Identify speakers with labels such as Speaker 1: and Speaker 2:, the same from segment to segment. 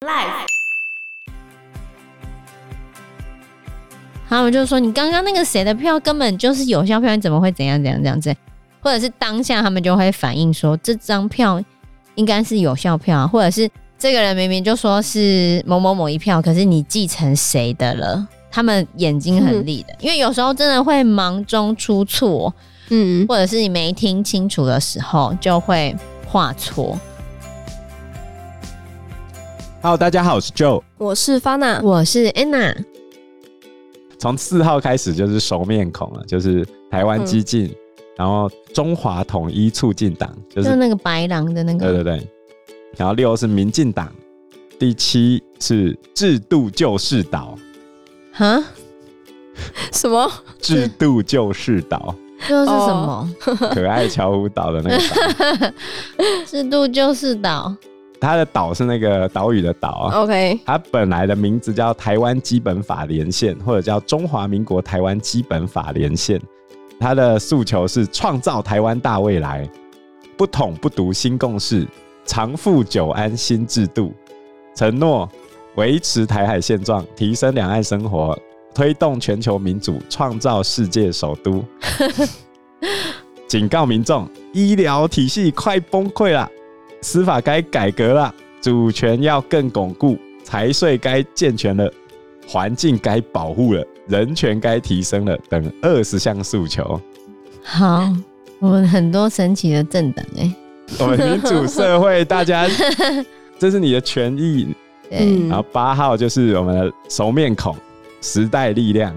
Speaker 1: life。然后我就说：“你刚刚那个谁的票根本就是有效票，你怎么会怎样怎样怎样子？”或者是当下他们就会反映说：“这张票应该是有效票啊、或者是这个人明明就说是某某某一票，可是你继承谁的了？”他们眼睛很利的，因为有时候真的会忙中出错，
Speaker 2: 嗯，
Speaker 1: 或者是你没听清楚的时候就会画错。
Speaker 3: Hello，大家好，我是 Joe。
Speaker 2: 我是 Fana，
Speaker 1: 我是 Anna，
Speaker 3: 从四号开始就是熟面孔了，就是台湾激进，然后中华统一促进党，就
Speaker 1: 就是是那个白狼的那
Speaker 3: 对
Speaker 1: 个，
Speaker 3: 对对。然后六是民进党，第七是制度就是岛，
Speaker 1: 哈，
Speaker 2: 什么？
Speaker 3: 制度就是岛，
Speaker 1: 这又是什么？
Speaker 3: 可爱乔舞岛的那个岛，
Speaker 1: 制度就是岛，
Speaker 3: 它的岛是那个岛屿的岛啊。
Speaker 2: OK，
Speaker 3: 它本来的名字叫台湾基本法连线，或者叫中华民国台湾基本法连线。它的诉求是创造台湾大未来，不统不独新共识，长富久安新制度，承诺维持台海现状，提升两岸生活，推动全球民主，创造世界首都。警告民众，医疗体系快崩溃了，司法该改革了，主权要更巩固，财税该健全了，环境该保护了，人权该提升了，等二十项诉求。
Speaker 1: 好，我们很多神奇的政党哎、
Speaker 3: 我们民主社会，大家这是你的权益。
Speaker 1: 对，
Speaker 2: 嗯
Speaker 3: 然后八号就是我们的熟面孔，时代力量；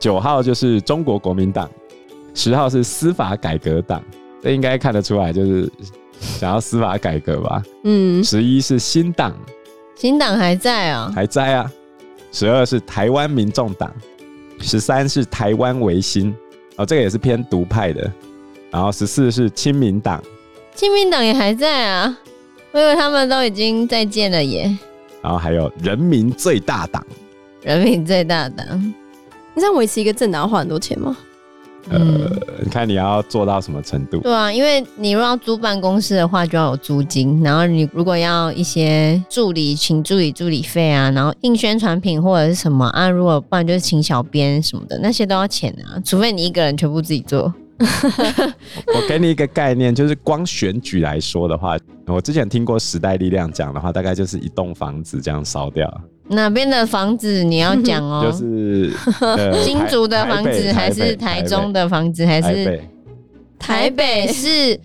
Speaker 3: 九号就是中国国民党；十号是司法改革党，这应该看得出来，就是想要司法改革吧。
Speaker 2: 嗯，
Speaker 3: 十一是新党，
Speaker 1: 新党还在哦、
Speaker 3: 还在啊。十二是台湾民众党，十三是台湾维新，哦，这个也是偏独派的。然后十四是亲民党，
Speaker 1: 亲民党也还在啊，我以为他们都已经再见了耶。
Speaker 3: 然后还有人民最大党，
Speaker 1: 人民最大党，
Speaker 2: 你这样维持一个政党要花很多钱吗？
Speaker 1: 嗯，
Speaker 3: 呃，你看你要做到什么程度？
Speaker 1: 对啊，因为你如果要租办公室的话，就要有租金，然后你如果要一些助理，请助理助理费啊，然后印宣传品或者是什么啊，如果不然就是请小编什么的，那些都要钱啊，除非你一个人全部自己做。
Speaker 3: 我给你一个概念，就是光选举来说的话，我之前听过时代力量讲的话，大概就是一栋房子这样烧掉，
Speaker 1: 哪边的房子你要讲 哦？
Speaker 3: 就是、呃
Speaker 1: 新竹的房子还是台
Speaker 3: 台
Speaker 1: 中
Speaker 3: 的，
Speaker 1: 的房子还
Speaker 3: 台
Speaker 1: 是
Speaker 3: 北
Speaker 1: 台北市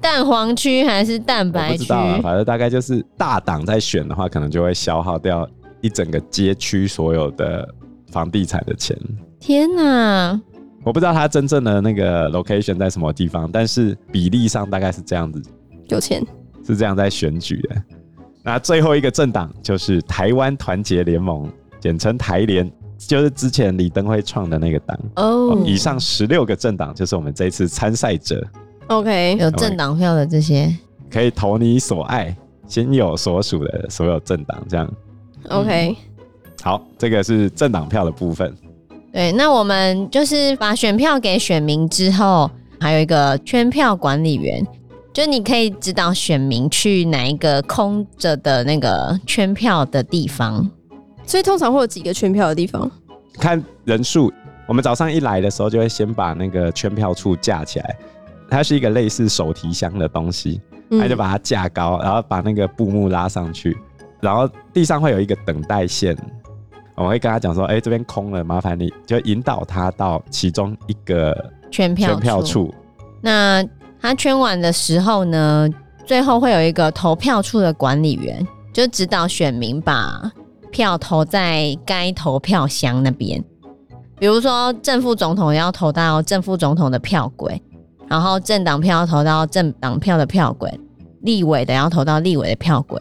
Speaker 1: 蛋黄区还是蛋
Speaker 3: 我
Speaker 1: 白
Speaker 3: 不知
Speaker 1: 区
Speaker 3: 道？啊，反正大概就是大党在选的话，可能就会消耗掉一整个街区所有的房地产的钱。
Speaker 1: 天哪！
Speaker 3: 我不知道它真正的那个 location 在什么地方，但是比例上大概是这样子，
Speaker 2: 有钱，
Speaker 3: 是这样在选举的。 那最后一个政党就是台湾团结联盟，简称台联，就是之前李登辉创的那个党。
Speaker 1: 哦
Speaker 3: 以上十六个政党就是我们这一次参赛者，
Speaker 2: OK，
Speaker 1: 有政党票的这些，
Speaker 3: 可以投你所爱、心有所属的所有政党，这样。
Speaker 2: OK，
Speaker 3: 好，这个是政党票的部分。
Speaker 1: 对，那我们就是把选票给选民之后，还有一个圈票管理员，就你可以指导选民去哪一个空着的那个圈票的地方。
Speaker 2: 所以通常会有几个圈票的地方。
Speaker 3: 看人数，我们早上一来的时候就会先把那个圈票处架起来，它是一个类似手提箱的东西，
Speaker 2: 嗯
Speaker 3: 它就把它架高，然后把那个布幕拉上去，然后地上会有一个等待线，我们会跟他讲说，哎、这边空了，麻烦你就引导他到其中一个
Speaker 1: 圈票
Speaker 3: 圈票处，
Speaker 1: 那他圈完的时候呢，最后会有一个投票处的管理员，就指导选民把票投在该投票箱那边。比如说，正副总统要投到正副总统的票轨，然后政党票要投到政党票的票轨，立委的要投到立委的票轨。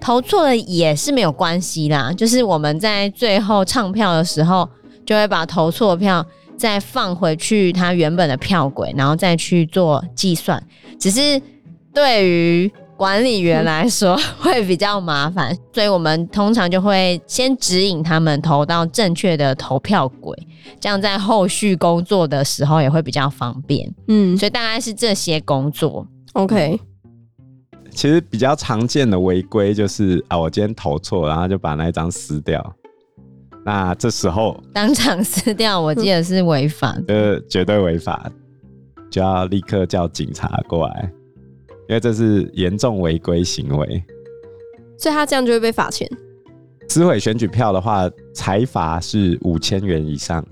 Speaker 1: 投错了也是没有关系啦，就是我们在最后唱票的时候，就会把投错票再放回去它原本的票轨，然后再去做计算。只是对于管理员来说会比较麻烦，所以我们通常就会先指引他们投到正确的投票轨，这样在后续工作的时候也会比较方便。
Speaker 2: 嗯
Speaker 1: 所以大概是这些工作。
Speaker 2: ，OK，
Speaker 3: 其实比较常见的违规就是啊，我今天投错，然后就把那一张撕掉。那这时候
Speaker 1: 当场撕掉，我记得是违法
Speaker 2: 嗯
Speaker 1: 的。
Speaker 3: 呃，绝对违法，就要立刻叫警察过来，因为这是严重违规行为。
Speaker 2: 所以他这样就会被罚钱。
Speaker 3: 撕毁选举票的话，财罚是五千元以上，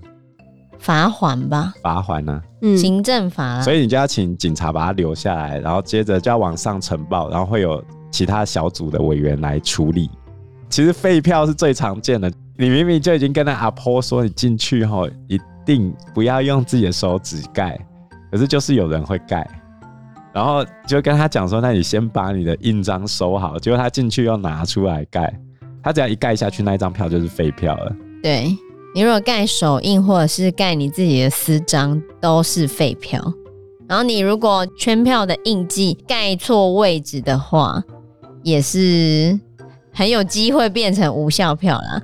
Speaker 1: 罚款吧，
Speaker 3: 罚款呢、
Speaker 2: 嗯
Speaker 1: 行政法啦。
Speaker 3: 所以你就要请警察把它留下来，然后接着就要往上呈报，然后会有其他小组的委员来处理。其实废票是最常见的，你明明就已经跟那阿婆说你进去后一定不要用自己的手指盖，可是就是有人会盖，然后就跟他讲说，那你先把你的印章收好，结果他进去又拿出来盖，他只要一盖下去，那一张票就是废票了。
Speaker 1: 对你如果盖手印或者是盖你自己的私章，都是废票。然后你如果圈票的印记盖错位置的话，也是很有机会变成无效票啦。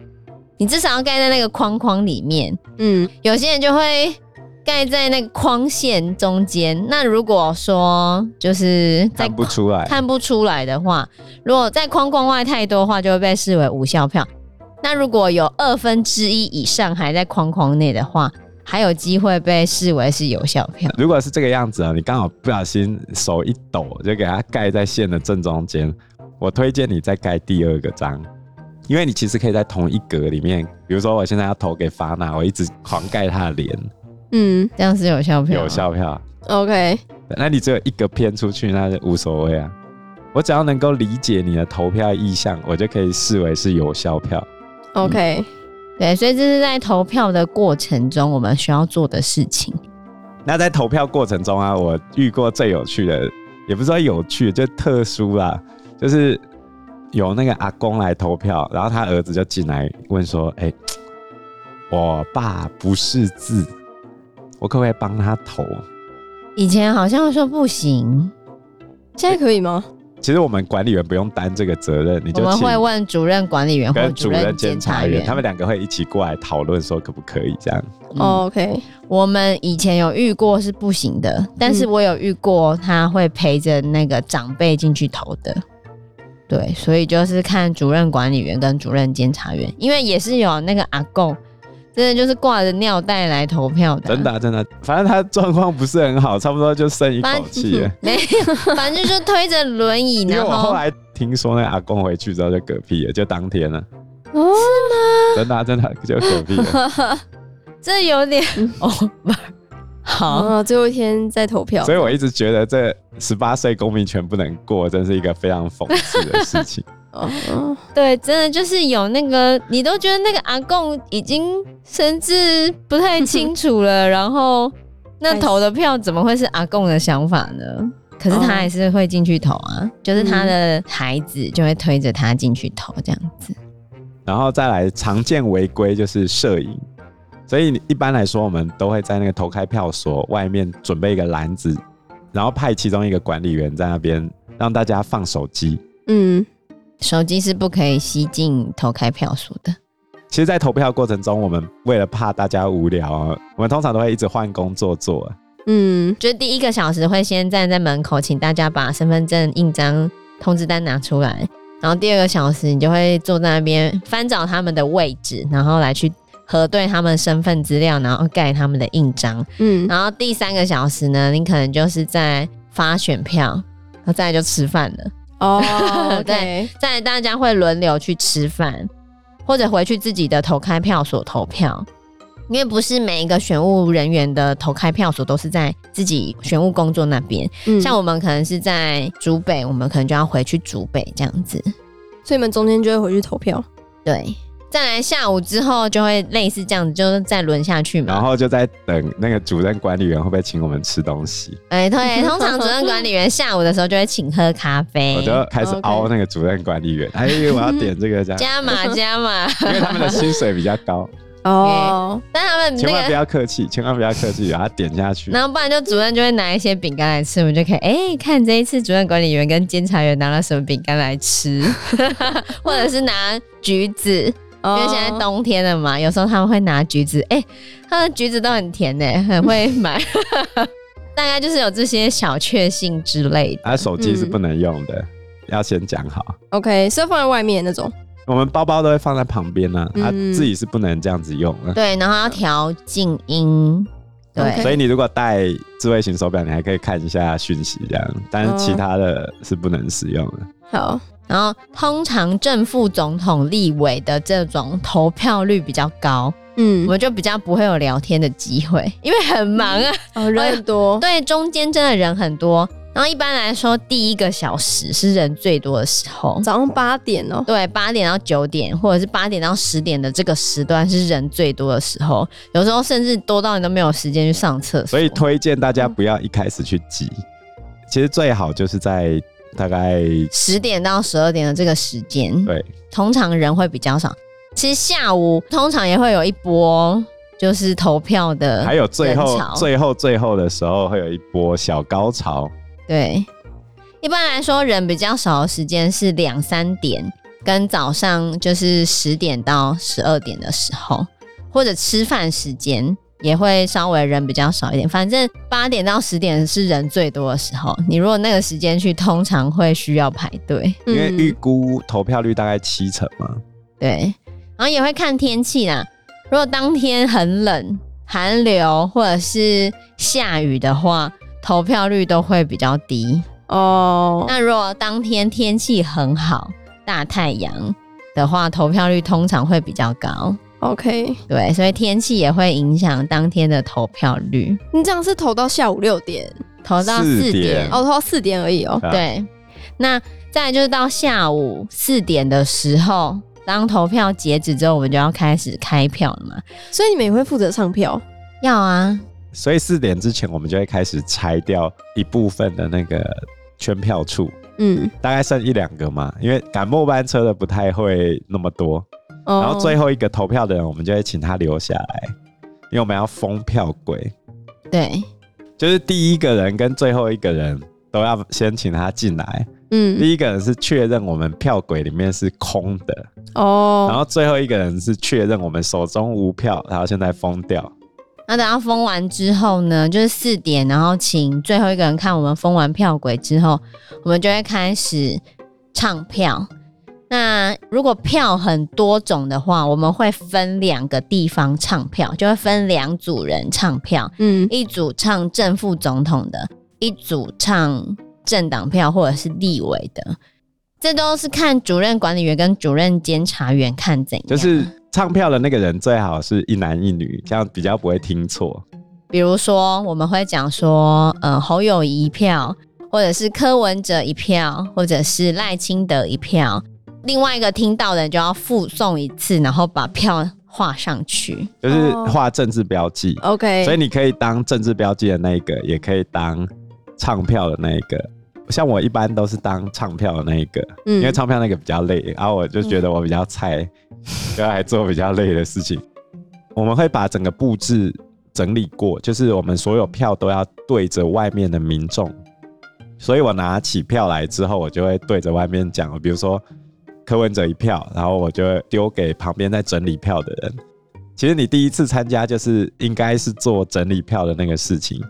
Speaker 1: 你至少要盖在那个框框里面，
Speaker 2: 嗯，
Speaker 1: 有些人就会盖在那个框线中间。那如果说就是在
Speaker 3: 看不出来，
Speaker 1: 看不出来的话，如果在框框外太多的话，就会被视为无效票。那如果有二分之一以上还在框框内的话，还有机会被视为是有效票。
Speaker 3: 如果是这个样子啊，你刚好不小心手一抖，就给它盖在线的正中间，我推荐你再盖第二个章，因为你其实可以在同一格里面，比如说我现在要投给法纳，我一直狂盖他的脸，
Speaker 2: 嗯
Speaker 1: 这样是有效票，
Speaker 3: 有。效票。
Speaker 2: ，OK，
Speaker 3: 那你只有一个偏出去，那就无所谓啊。我只要能够理解你的投票意向，我就可以视为是有效票。
Speaker 1: 嗯
Speaker 2: OK，
Speaker 1: 对，所以这是在投票的过程中我们需要做的事情。
Speaker 3: 那在投票过程中啊，我遇过最有趣的，也不是说有趣，就特殊啦，就是有那个阿公来投票，然后他儿子就进来问说：“哎、嘖我爸不识字，我可不可以帮他投
Speaker 1: 以前好像说不行，
Speaker 2: 现在可以吗？？”
Speaker 3: 其实我们管理员不用担这个责任，你
Speaker 1: 我
Speaker 3: 就
Speaker 1: 们
Speaker 3: 请
Speaker 1: 会问主任管理员或
Speaker 3: 跟主
Speaker 1: 主
Speaker 3: 任
Speaker 1: 任
Speaker 3: 监
Speaker 1: 监
Speaker 3: 察
Speaker 1: 察
Speaker 3: 员，
Speaker 1: 员。
Speaker 3: 他们两个会一起过来讨论说可不可以这样。
Speaker 1: 哦，
Speaker 2: 哦 OK，
Speaker 1: 我们以前有遇过是不行的，但是
Speaker 2: 嗯
Speaker 1: 我有遇过他会陪着那个长辈进去投的。对，所以就是看主任管理员跟主任监察员，因为也是有那个阿公，真的就是挂着尿袋来投票的啊、
Speaker 3: 真的啊、真的啊、反正他状况不是很好，差不多就剩一
Speaker 1: 反
Speaker 3: 口气了。
Speaker 1: 没有，反正就推着轮椅，
Speaker 3: 因为
Speaker 1: 然
Speaker 3: 我后
Speaker 1: 后
Speaker 3: 来听说那阿公回去之后就嗝屁了，就当天了，
Speaker 2: 哦，
Speaker 3: 真的啊、真的啊、就嗝屁 了。
Speaker 1: 这有点哦，好，
Speaker 2: 啊，最后一天再投票
Speaker 3: 所，以我一直觉得这十八岁公民权不能过，真是一个非常讽刺的事 情。
Speaker 2: 哦，
Speaker 1: 对，真的就是有那个，你都觉得那个阿贡已经神志不太清楚了，然后那投的票怎么会是阿贡的想法呢？可是他还是会进去投啊，就是他的孩子就会推着他进去投这样子。
Speaker 3: 然后再来常见违规就是摄影，所以一般来说我们都会在那个投开票所外面准备一个篮子，然后派其中一个管理员在那边让大家放手机。
Speaker 2: 嗯，
Speaker 1: 手机是不可以吸进投开票所的，
Speaker 3: 其实，在投票过程中，我们为了怕大家无聊啊，我们通常都会一直换工作做。啊
Speaker 2: 嗯，
Speaker 1: 就是第一个小时会先站在门口，请大家把身份证、印章、通知单拿出来，然后第二个小时你就会坐在那边翻找他们的位置，然后来去核对他们身份资料，然后盖他们的印章，
Speaker 2: 嗯，
Speaker 1: 然后第三个小时呢，你可能就是在发选票，然后再来就吃饭了，
Speaker 2: 哦
Speaker 1: 对
Speaker 2: ，OK，
Speaker 1: 再来大家会轮流去吃饭，或者回去自己的投开票所投票。因为不是每一个选务人员的投开票所都是在自己选务工作那边，
Speaker 2: 嗯
Speaker 1: 像我们可能是在竹北，我们可能就要回去竹北这样子。
Speaker 2: 所以你们中间就会回去投票，
Speaker 1: 对，再来下午之后就会类似这样子，就是再轮下去
Speaker 3: 然
Speaker 1: 嘛。
Speaker 3: 后就在等那个主任管理员会不会请我们吃东西，
Speaker 1: 哎、对，通常主任管理员下午的时候就会请喝咖啡
Speaker 3: 我，就开始
Speaker 2: OK
Speaker 3: 凹那个主任管理员，哎，我要点这个这样，
Speaker 1: 加 码加码，
Speaker 3: 因为他们的薪水比较高，
Speaker 2: 哦，
Speaker 1: 但他们
Speaker 3: 千
Speaker 1: 那
Speaker 3: 万不
Speaker 1: 个。
Speaker 3: 要客气，千万不要客气，把它点下去。
Speaker 1: 然后不然就主任就会拿一些饼干来吃，我们就可以哎、看这一次主任管理员跟监察员拿了什么饼干来吃， 或者是拿橘子，
Speaker 2: 因
Speaker 1: 因为现
Speaker 2: 哦
Speaker 1: 在冬天了嘛，有时候他们会拿橘子，哎、他的橘子都很甜呢、很 会买。 大概就是有这些小确幸之类的，
Speaker 3: 啊，手机是不能用的，要先讲好。
Speaker 2: OK，是要放在外面那种。
Speaker 3: 我们包包都会放在旁边呢、啊，
Speaker 2: 嗯
Speaker 3: 自己是不能这样子用的。
Speaker 1: 对，然后要调静音，对
Speaker 2: OK
Speaker 3: 所以你如果戴智慧型手表，你还可以看一下讯息这样，但是其他的是不能使用的。
Speaker 2: 好，
Speaker 1: 然后通常正副总统、立委的这种投票率比较高，我
Speaker 2: 嗯，
Speaker 1: 们就比较不会有聊天的机会， 因为很忙啊。
Speaker 2: 哦，人很多，
Speaker 1: 对，中间真的人很多。然后一般来说，第一个小时是人最多的时候，
Speaker 2: 早上八点哦，
Speaker 1: 对，八点到九点，或者是八点到十点的这个时段是人最多的时候，有时候甚至多到你都没有时间去上厕所。
Speaker 3: 所以推荐大家不要一开始去记，其实最好就是在大概
Speaker 1: 十点到十二点的这个时间，
Speaker 3: 对
Speaker 1: 通常人会比较少。其实下午通常也会有一波就是投票的，
Speaker 3: 还有最后
Speaker 1: 人潮
Speaker 3: 最后最后的时候会有一波小高潮，
Speaker 1: 对。一般来说，人比较少的时间是两三点，跟早上就是十点到十二点的时候，或者吃饭时间也会稍微人比较少一点。反正八点到十点是人最多的时候，你如果那个时间去，通常会需要排队。
Speaker 3: 因为预
Speaker 2: 嗯，
Speaker 3: 估投票率大概七成嘛。
Speaker 1: 对，然后也会看天气啦。如果当天很冷、寒流或者是下雨的话，投票率都会比较低。
Speaker 2: 哦，
Speaker 1: 那如果当天天气很好、大太阳的话，投票率通常会比较高。
Speaker 2: OK，
Speaker 1: 对，所以天气也会影响当天的投票率，
Speaker 2: 你这样是投到下午六点，
Speaker 1: 投到
Speaker 3: 四
Speaker 1: 四点
Speaker 3: 点
Speaker 2: 哦，投到四点而已哦。
Speaker 3: 啊
Speaker 1: 对，那再来就是到下午四点的时候，当投票截止之后，我们就要开始开票了嘛。
Speaker 2: 所以你们也会负责唱票
Speaker 1: 要啊，
Speaker 3: 所以四点之前我们就会开始拆掉一部分的那个圈票处，
Speaker 2: 嗯，
Speaker 3: 大概剩一两个嘛，因为赶末班车的不太会那么多。
Speaker 2: 哦
Speaker 3: 然后最后一个投票的人，我们就会请他留下来，因为我们要封票轨，
Speaker 1: 对，
Speaker 3: 就是第一个人跟最后一个人都要先请他进来。
Speaker 2: 嗯
Speaker 3: 第一个人是确认我们票轨里面是空的，然
Speaker 2: 哦，
Speaker 3: 后最后一个人是确认我们手中无票，然后现在封掉。
Speaker 1: 那等到封完之后呢，就是四点，然后请最后一个人看我们封完票轨之后，我们就会开始唱票。那如果票很多种的话，我们会分两个地方唱票，就会分两组人唱票，
Speaker 2: 嗯
Speaker 1: 一组唱正副总统的，一组唱政党票或者是立委的。这都是看主任管理员跟主任监察员看怎样，
Speaker 3: 就是唱票的那个人最好是一男一女，这样比较不会听错。
Speaker 1: 比如说，我们会讲说，呃，侯友谊一票，或者是柯文哲一票，或者是赖清德一票。另外一个听到的人就要附送一次，然后把票画上去。
Speaker 3: 就是
Speaker 2: 哦
Speaker 3: 画政治标记，
Speaker 2: ，OK，
Speaker 3: 所以你可以当政治标记的那一个，也可以当唱票的那一个。像我一般都是当唱票的那一个，
Speaker 2: 嗯
Speaker 3: 因为唱票那个比较累，然后我就觉得我比较菜，就还做比较累的事情。我们会把整个布置整理过，就是我们所有票都要对着外面的民众，所以我拿起票来之后，我就会对着外面讲，比如说柯文哲一票，然后我就会丢给旁边在整理票的人。其实你第一次参加就是应该是做整理票的那个事情，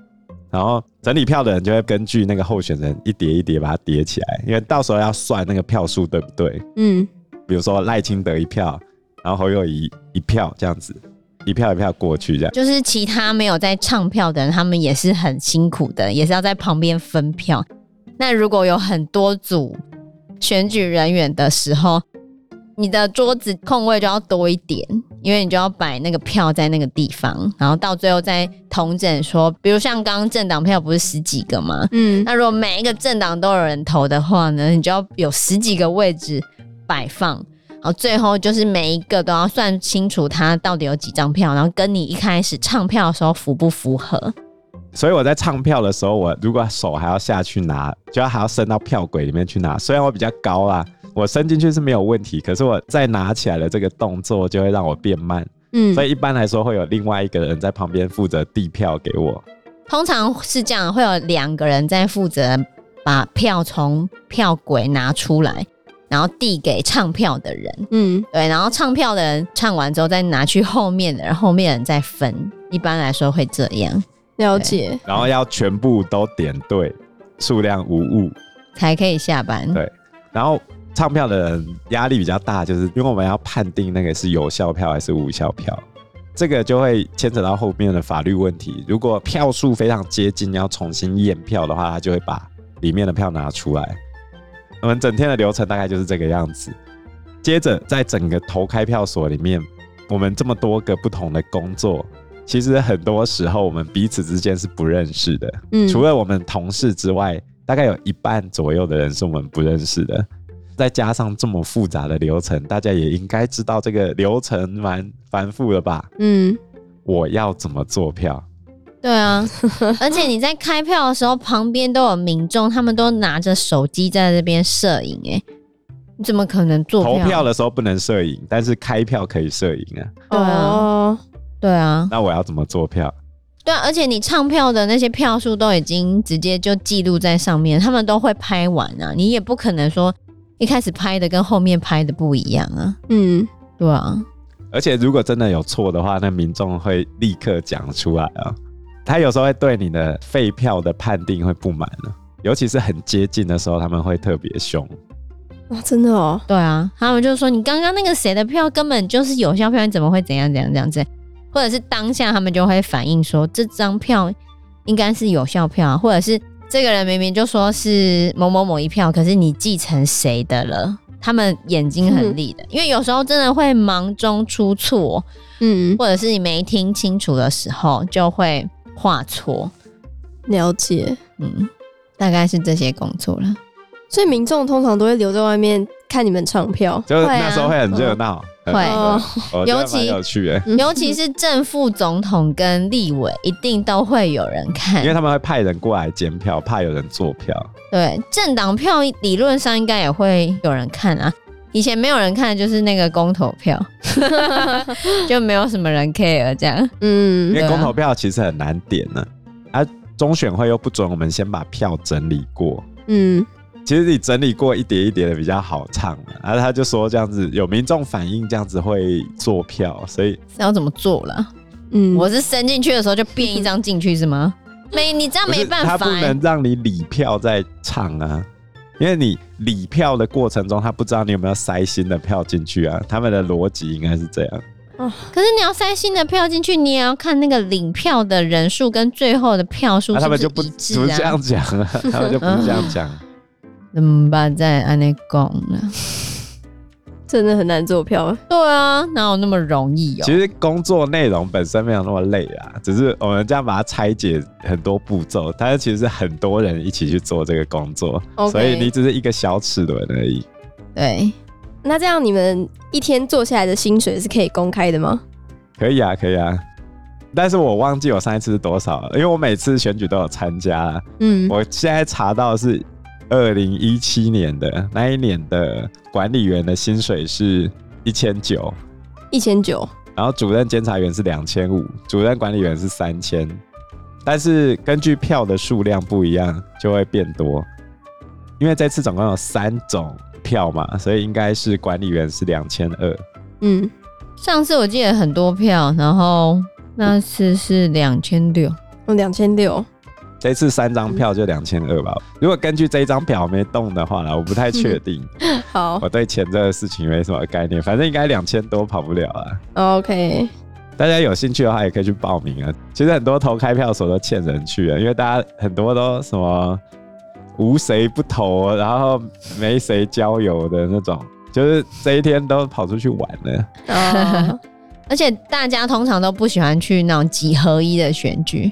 Speaker 3: 然后整理票的人就会根据那个候选人一叠一叠把它叠起来，因为到时候要算那个票数对不对？
Speaker 2: 嗯
Speaker 3: 比如说赖清德一票，然后侯友谊一票这样子，一票一票过去这样。
Speaker 1: 就是其他没有在唱票的人，他们也是很辛苦的，也是要在旁边分票。那如果有很多组选举人员的时候，你的桌子空位就要多一点，因为你就要摆那个票在那个地方，然后到最后再统整说，比如像刚刚政党票不是十几个吗？
Speaker 2: 嗯，
Speaker 1: 那如果每一个政党都有人投的话呢，你就要有十几个位置摆放，然后最后就是每一个都要算清楚它到底有几张票，然后跟你一开始唱票的时候符不符合。
Speaker 3: 所以我在唱票的时候，我如果手还要下去拿，就要还要伸到票轨里面去拿。虽然我比较高啦，我伸进去是没有问题，可是我再拿起来的这个动作就会让我变慢。
Speaker 2: 嗯
Speaker 3: 所以一般来说会有另外一个人在旁边负责递票给我。
Speaker 1: 通常是这样，会有两个人在负责把票从票轨拿出来，然后递给唱票的人。
Speaker 2: 嗯
Speaker 1: 对，然后唱票的人唱完之后，再拿去后面的人，后面的人再分。一般来说会这样，
Speaker 2: 了解，
Speaker 3: 然后要全部都点对，数量无误。
Speaker 1: 才可以下班。
Speaker 3: 对然后唱票的人压力比较大，就是因为我们要判定那个是有效票还是无效票，这个就会牵扯到后面的法律问题。如果票数非常接近，要重新验票的话，他就会把里面的票拿出来。我们整天的流程大概就是这个样子。接着，在整个投开票所里面，我们这么多个不同的工作，其实很多时候我们彼此之间是不认识的。
Speaker 2: 嗯
Speaker 3: 除了我们同事之外，大概有一半左右的人是我们不认识的。再加上这么复杂的流程，大家也应该知道这个流程蛮繁复了吧？
Speaker 2: 嗯，
Speaker 3: 我要怎么做票？
Speaker 1: 对啊，而且你在开票的时候，旁边都有民众，他们都拿着手机在这边摄影、欸，你怎么可能做
Speaker 3: 投票
Speaker 1: 了？
Speaker 3: 的时候不能摄影，但是开票可以摄影啊。
Speaker 1: 对啊
Speaker 2: 哦，
Speaker 1: 对啊，
Speaker 3: 那我要怎么做票？
Speaker 1: 对啊，而且你唱票的那些票数都已经直接就记录在上面，他们都会拍完啊，你也不可能说一开始拍的跟后面拍的不一样啊，
Speaker 2: 嗯，
Speaker 1: 对啊，
Speaker 3: 而且如果真的有错的话，那民众会立刻讲出来啊。他有时候会对你的废票的判定会不满呢、尤其是很接近的时候，他们会特别凶。
Speaker 2: 哇，真的哦，
Speaker 1: 对啊，他们就说你刚刚那个谁的票根本就是有效票，你怎么会怎样怎样怎样子？或者是当下他们就会反映说这张票应该是有效票啊，或者是这个人明明就说是某某某一票，可是你继承谁的了？他们眼睛很利的，因为有时候真的会忙中出错，
Speaker 2: 嗯，
Speaker 1: 或者是你没听清楚的时候就会画错。
Speaker 2: 了解。
Speaker 1: 嗯，大概是这些工作了。
Speaker 2: 所以民众通常都会留在外面看你们唱票。
Speaker 3: 就是
Speaker 1: 会啊
Speaker 3: 那时候会很热闹，嗯很
Speaker 1: 会
Speaker 2: 哦，
Speaker 3: 我觉得
Speaker 1: 尤其
Speaker 3: 蛮有趣的，
Speaker 2: 嗯
Speaker 1: 尤其是正副总统跟立委，一定都会有人看
Speaker 3: 因为。他们会派人过来监票，怕有人做票。
Speaker 1: 对，政党票理论上应该也会有人看啊。以前没有人看，就是那个公投票， 就没有什么人 care 这样。
Speaker 3: 因
Speaker 2: 嗯
Speaker 3: 为
Speaker 1: 对啊
Speaker 3: 公投票其实很难点呢、啊，中选会又不准我们先把票整理过。
Speaker 2: 嗯，
Speaker 3: 其实你整理过一叠一叠的比较好唱嘛，然后他就说这样子有民众反映这样子会做票，所以
Speaker 1: 是要怎么做了？
Speaker 2: 嗯，
Speaker 1: 我是伸进去的时候就变一张进去是 吗？没，你这样
Speaker 3: 不
Speaker 1: 没
Speaker 3: 是
Speaker 1: 办
Speaker 3: 他
Speaker 1: 法
Speaker 3: 不
Speaker 1: 欸、
Speaker 3: 能让你理票再唱啊，因为你理票的过程中他不知道你有没有塞新的票进去啊，他们的逻辑应该是这样。
Speaker 1: 可是你要塞新的票进去，你也要看那个领票的人数跟最后的票数
Speaker 3: 那、
Speaker 1: 是
Speaker 3: 啊他
Speaker 1: 不
Speaker 3: 们
Speaker 1: 是
Speaker 3: 就不
Speaker 1: 一
Speaker 3: 不
Speaker 1: 致
Speaker 3: 是这
Speaker 1: 啊
Speaker 3: 样？讲啊，他们就不是这样讲。啊
Speaker 1: 怎么办？再按那讲呢？
Speaker 2: 真的很难做票。
Speaker 1: 对啊，哪有那么容易哦、
Speaker 3: 其实工作内容本身没有那么累啊，只是我们这样把它拆解很多步骤，但是其实是很多人一起去做这个工作
Speaker 2: OK
Speaker 3: 所以你只是一个小齿轮而已。
Speaker 1: 对，
Speaker 2: 那这样你们一天做下来的薪水是可以公开的吗？
Speaker 3: 可以啊，可以啊。但是我忘记我上一次是多少了，因为我每次选举都有参加啦。
Speaker 2: 嗯，
Speaker 3: 我现在查到是二零一七年的那一年的管理员的薪水是一千九，
Speaker 2: 一千九。
Speaker 3: 然后主任监察员是两千五，主任管理员是三千，但是根据票的数量不一样，就会变多。因为这次总共有三种票嘛，所以应该是管理员是两千二，
Speaker 2: 嗯，
Speaker 1: 上次我记得很多票，然后那次是两千六，
Speaker 2: 哦，两千六。
Speaker 3: 这次三张票就两千二吧。如果根据这一张表没动的话呢，我不太确定，
Speaker 2: 好
Speaker 3: 我对钱这个事情没什么概念，反正应该两千多跑不了啊。
Speaker 2: ，OK。
Speaker 3: 大家有兴趣的话，也可以去报名啊。其实很多投开票所都欠人去啊了，因为大家很多都什么无谁不投，然后没谁交友的那种，就是这一天都跑出去玩了。
Speaker 2: 哦，
Speaker 1: 而且大家通常都不喜欢去那种几合一的选举，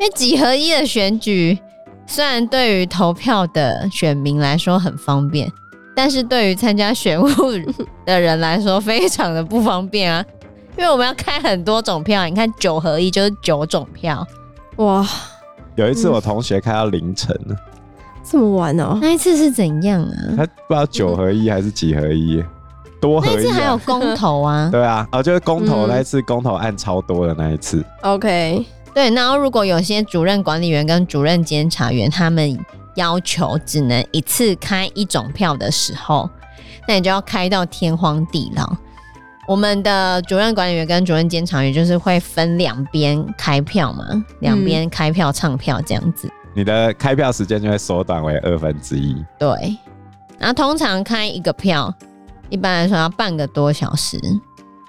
Speaker 1: 因为几合一的选举虽然对于投票的选民来说很方便，但是对于参加选务 的人来说非常的不方便啊。因为我们要开很多种票，你看九合一就是九种票，
Speaker 2: 哇，
Speaker 3: 有一次我同学开到凌晨，
Speaker 1: 嗯
Speaker 2: 这么晚哦。
Speaker 1: 那一次是怎样啊？
Speaker 3: 他不知道九合一还是几合一，多合
Speaker 1: 那一
Speaker 3: 一、
Speaker 1: 次还有嗯
Speaker 3: 啊。
Speaker 1: 公投啊，
Speaker 3: 对啊，哦，就是公投那一次，公投案超多的那一次，
Speaker 2: OK，
Speaker 1: 对，然后如果有些主任管理员跟主任监察员他们要求只能一次开一种票的时候，那你就要开到天荒地老。我们的主任管理员跟主任监察员就是会分两边开票嘛，两边开票唱票这样子。
Speaker 3: 你的开票时间就会缩短为二分之一。
Speaker 1: 对，那通常开一个票，一般来说要半个多小时。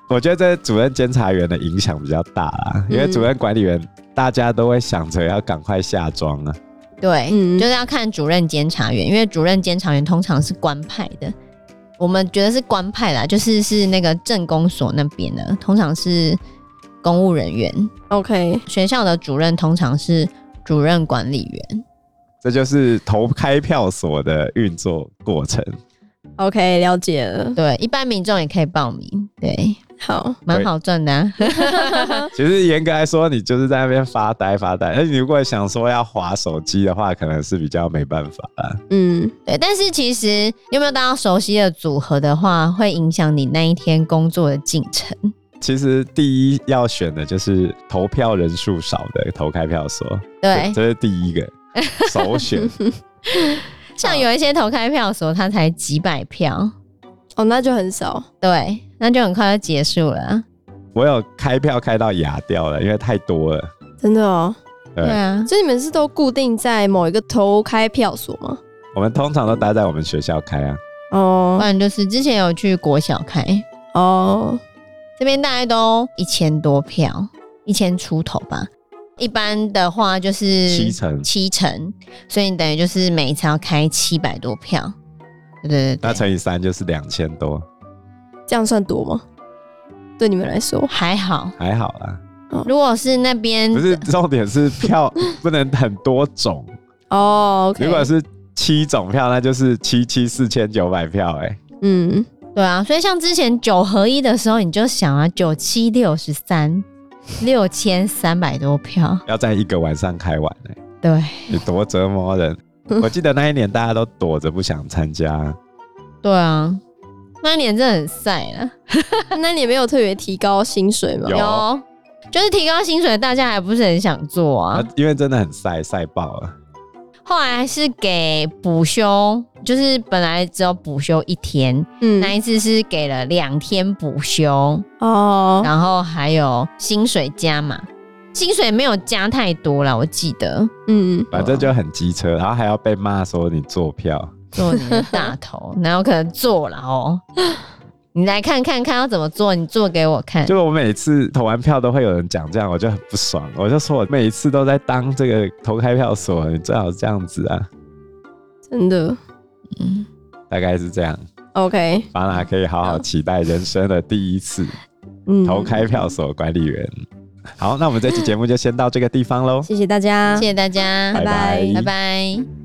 Speaker 3: 我觉得这主任监察员的影响比较大啦，因为
Speaker 1: 嗯
Speaker 3: 主任管理员大家都会想着要赶快下庄啊。
Speaker 1: 对，
Speaker 2: 嗯
Speaker 1: 就是要看主任监察员，因为主任监察员通常是官派的，我们觉得是官派啦，就是是那个政工所那边的，通常是公务人员。
Speaker 2: OK，
Speaker 1: 学校的主任通常是主任管理员。
Speaker 3: 这就是投开票所的运作过程。
Speaker 2: OK，了解了。
Speaker 1: 对，一般民众也可以报名，对，
Speaker 2: 好，
Speaker 1: 蛮好赚的、啊。
Speaker 3: 其实严格来说，你就是在那边发呆发呆。哎那你如果想说要划手机的话，可能是比较没办法啊啦。
Speaker 2: 嗯，
Speaker 1: 对，但是其实有没有大家熟悉的组合的话，会影响你那一天工作的进程。
Speaker 3: 其实第一要选的就是投票人数少的投开票所，
Speaker 1: 对
Speaker 3: 这，这是 第一个首选。
Speaker 1: 像有一些投开票所，它才几百票，
Speaker 2: 哦，那就很少。
Speaker 1: 对，那就很快就结束了。啊
Speaker 3: 我有开票开到哑掉了，因为太多了。
Speaker 2: 真的哦，
Speaker 3: 对
Speaker 1: 对啊，
Speaker 2: 所以你们是都固定在某一个投开票所吗？
Speaker 3: 我们通常都待在我们学校开啊。
Speaker 1: 不
Speaker 2: 哦
Speaker 1: 然就是之前有去国小开，
Speaker 2: 哦，
Speaker 1: 这边大概都一千多票，一千出头吧。一般的话就是
Speaker 3: 七成
Speaker 1: 七成，所以你等于就是每一次要开七百多票。对对
Speaker 3: 那
Speaker 1: 对对，
Speaker 3: 乘以三就是两千多，
Speaker 2: 这样算多吗？对你们来说，
Speaker 1: 还好。
Speaker 3: 还好啦。
Speaker 1: 如果是那边
Speaker 3: 不是重点是票不能很多 种，
Speaker 2: 哦，OK，
Speaker 3: 如果是七种票，那就是七七四千九百票、欸，哎，
Speaker 2: 嗯，
Speaker 1: 对啊，所以像之前九合一的时候，你就想啊，九七六十三，六千三百多票，
Speaker 3: 要在一个晚上开完、 欸，
Speaker 1: 对
Speaker 3: 你多折磨 人。我记得那一年大家都躲着不想参加，
Speaker 1: 对啊，那一年真的很晒啊了。
Speaker 2: 那你没有特别提高薪水吗？
Speaker 3: 有
Speaker 1: 就是提高薪水，大家还不是很想做啊
Speaker 3: 啊。因为真的很晒，晒爆了。
Speaker 1: 后来是给补休，就是本来只有补休一天，那
Speaker 2: 嗯，
Speaker 1: 一次是给了两天补休，
Speaker 2: 哦，
Speaker 1: 然后还有薪水加嘛，薪水没有加太多啦，我记得
Speaker 2: 嗯，
Speaker 3: 反正就很机车，然后还要被骂说你坐票。
Speaker 1: 做你的大 头，哪有可能做了哦？你来看看看要怎么做，你做给我看。
Speaker 3: 就是我每次投完票都会有人讲这样，我就很不爽，我就说我每一次都在当这个投开票所，你最好这样子啊，
Speaker 2: 真的
Speaker 1: 嗯，
Speaker 3: 大概是这样。
Speaker 2: ，OK，
Speaker 3: 巴拿可以好好期待人生的第一次
Speaker 2: 嗯，
Speaker 3: 投开票所管理员。好，那我们这期节目就先到这个地方喽，
Speaker 2: 谢谢大家，
Speaker 1: 谢谢大家，
Speaker 2: 拜
Speaker 1: 拜拜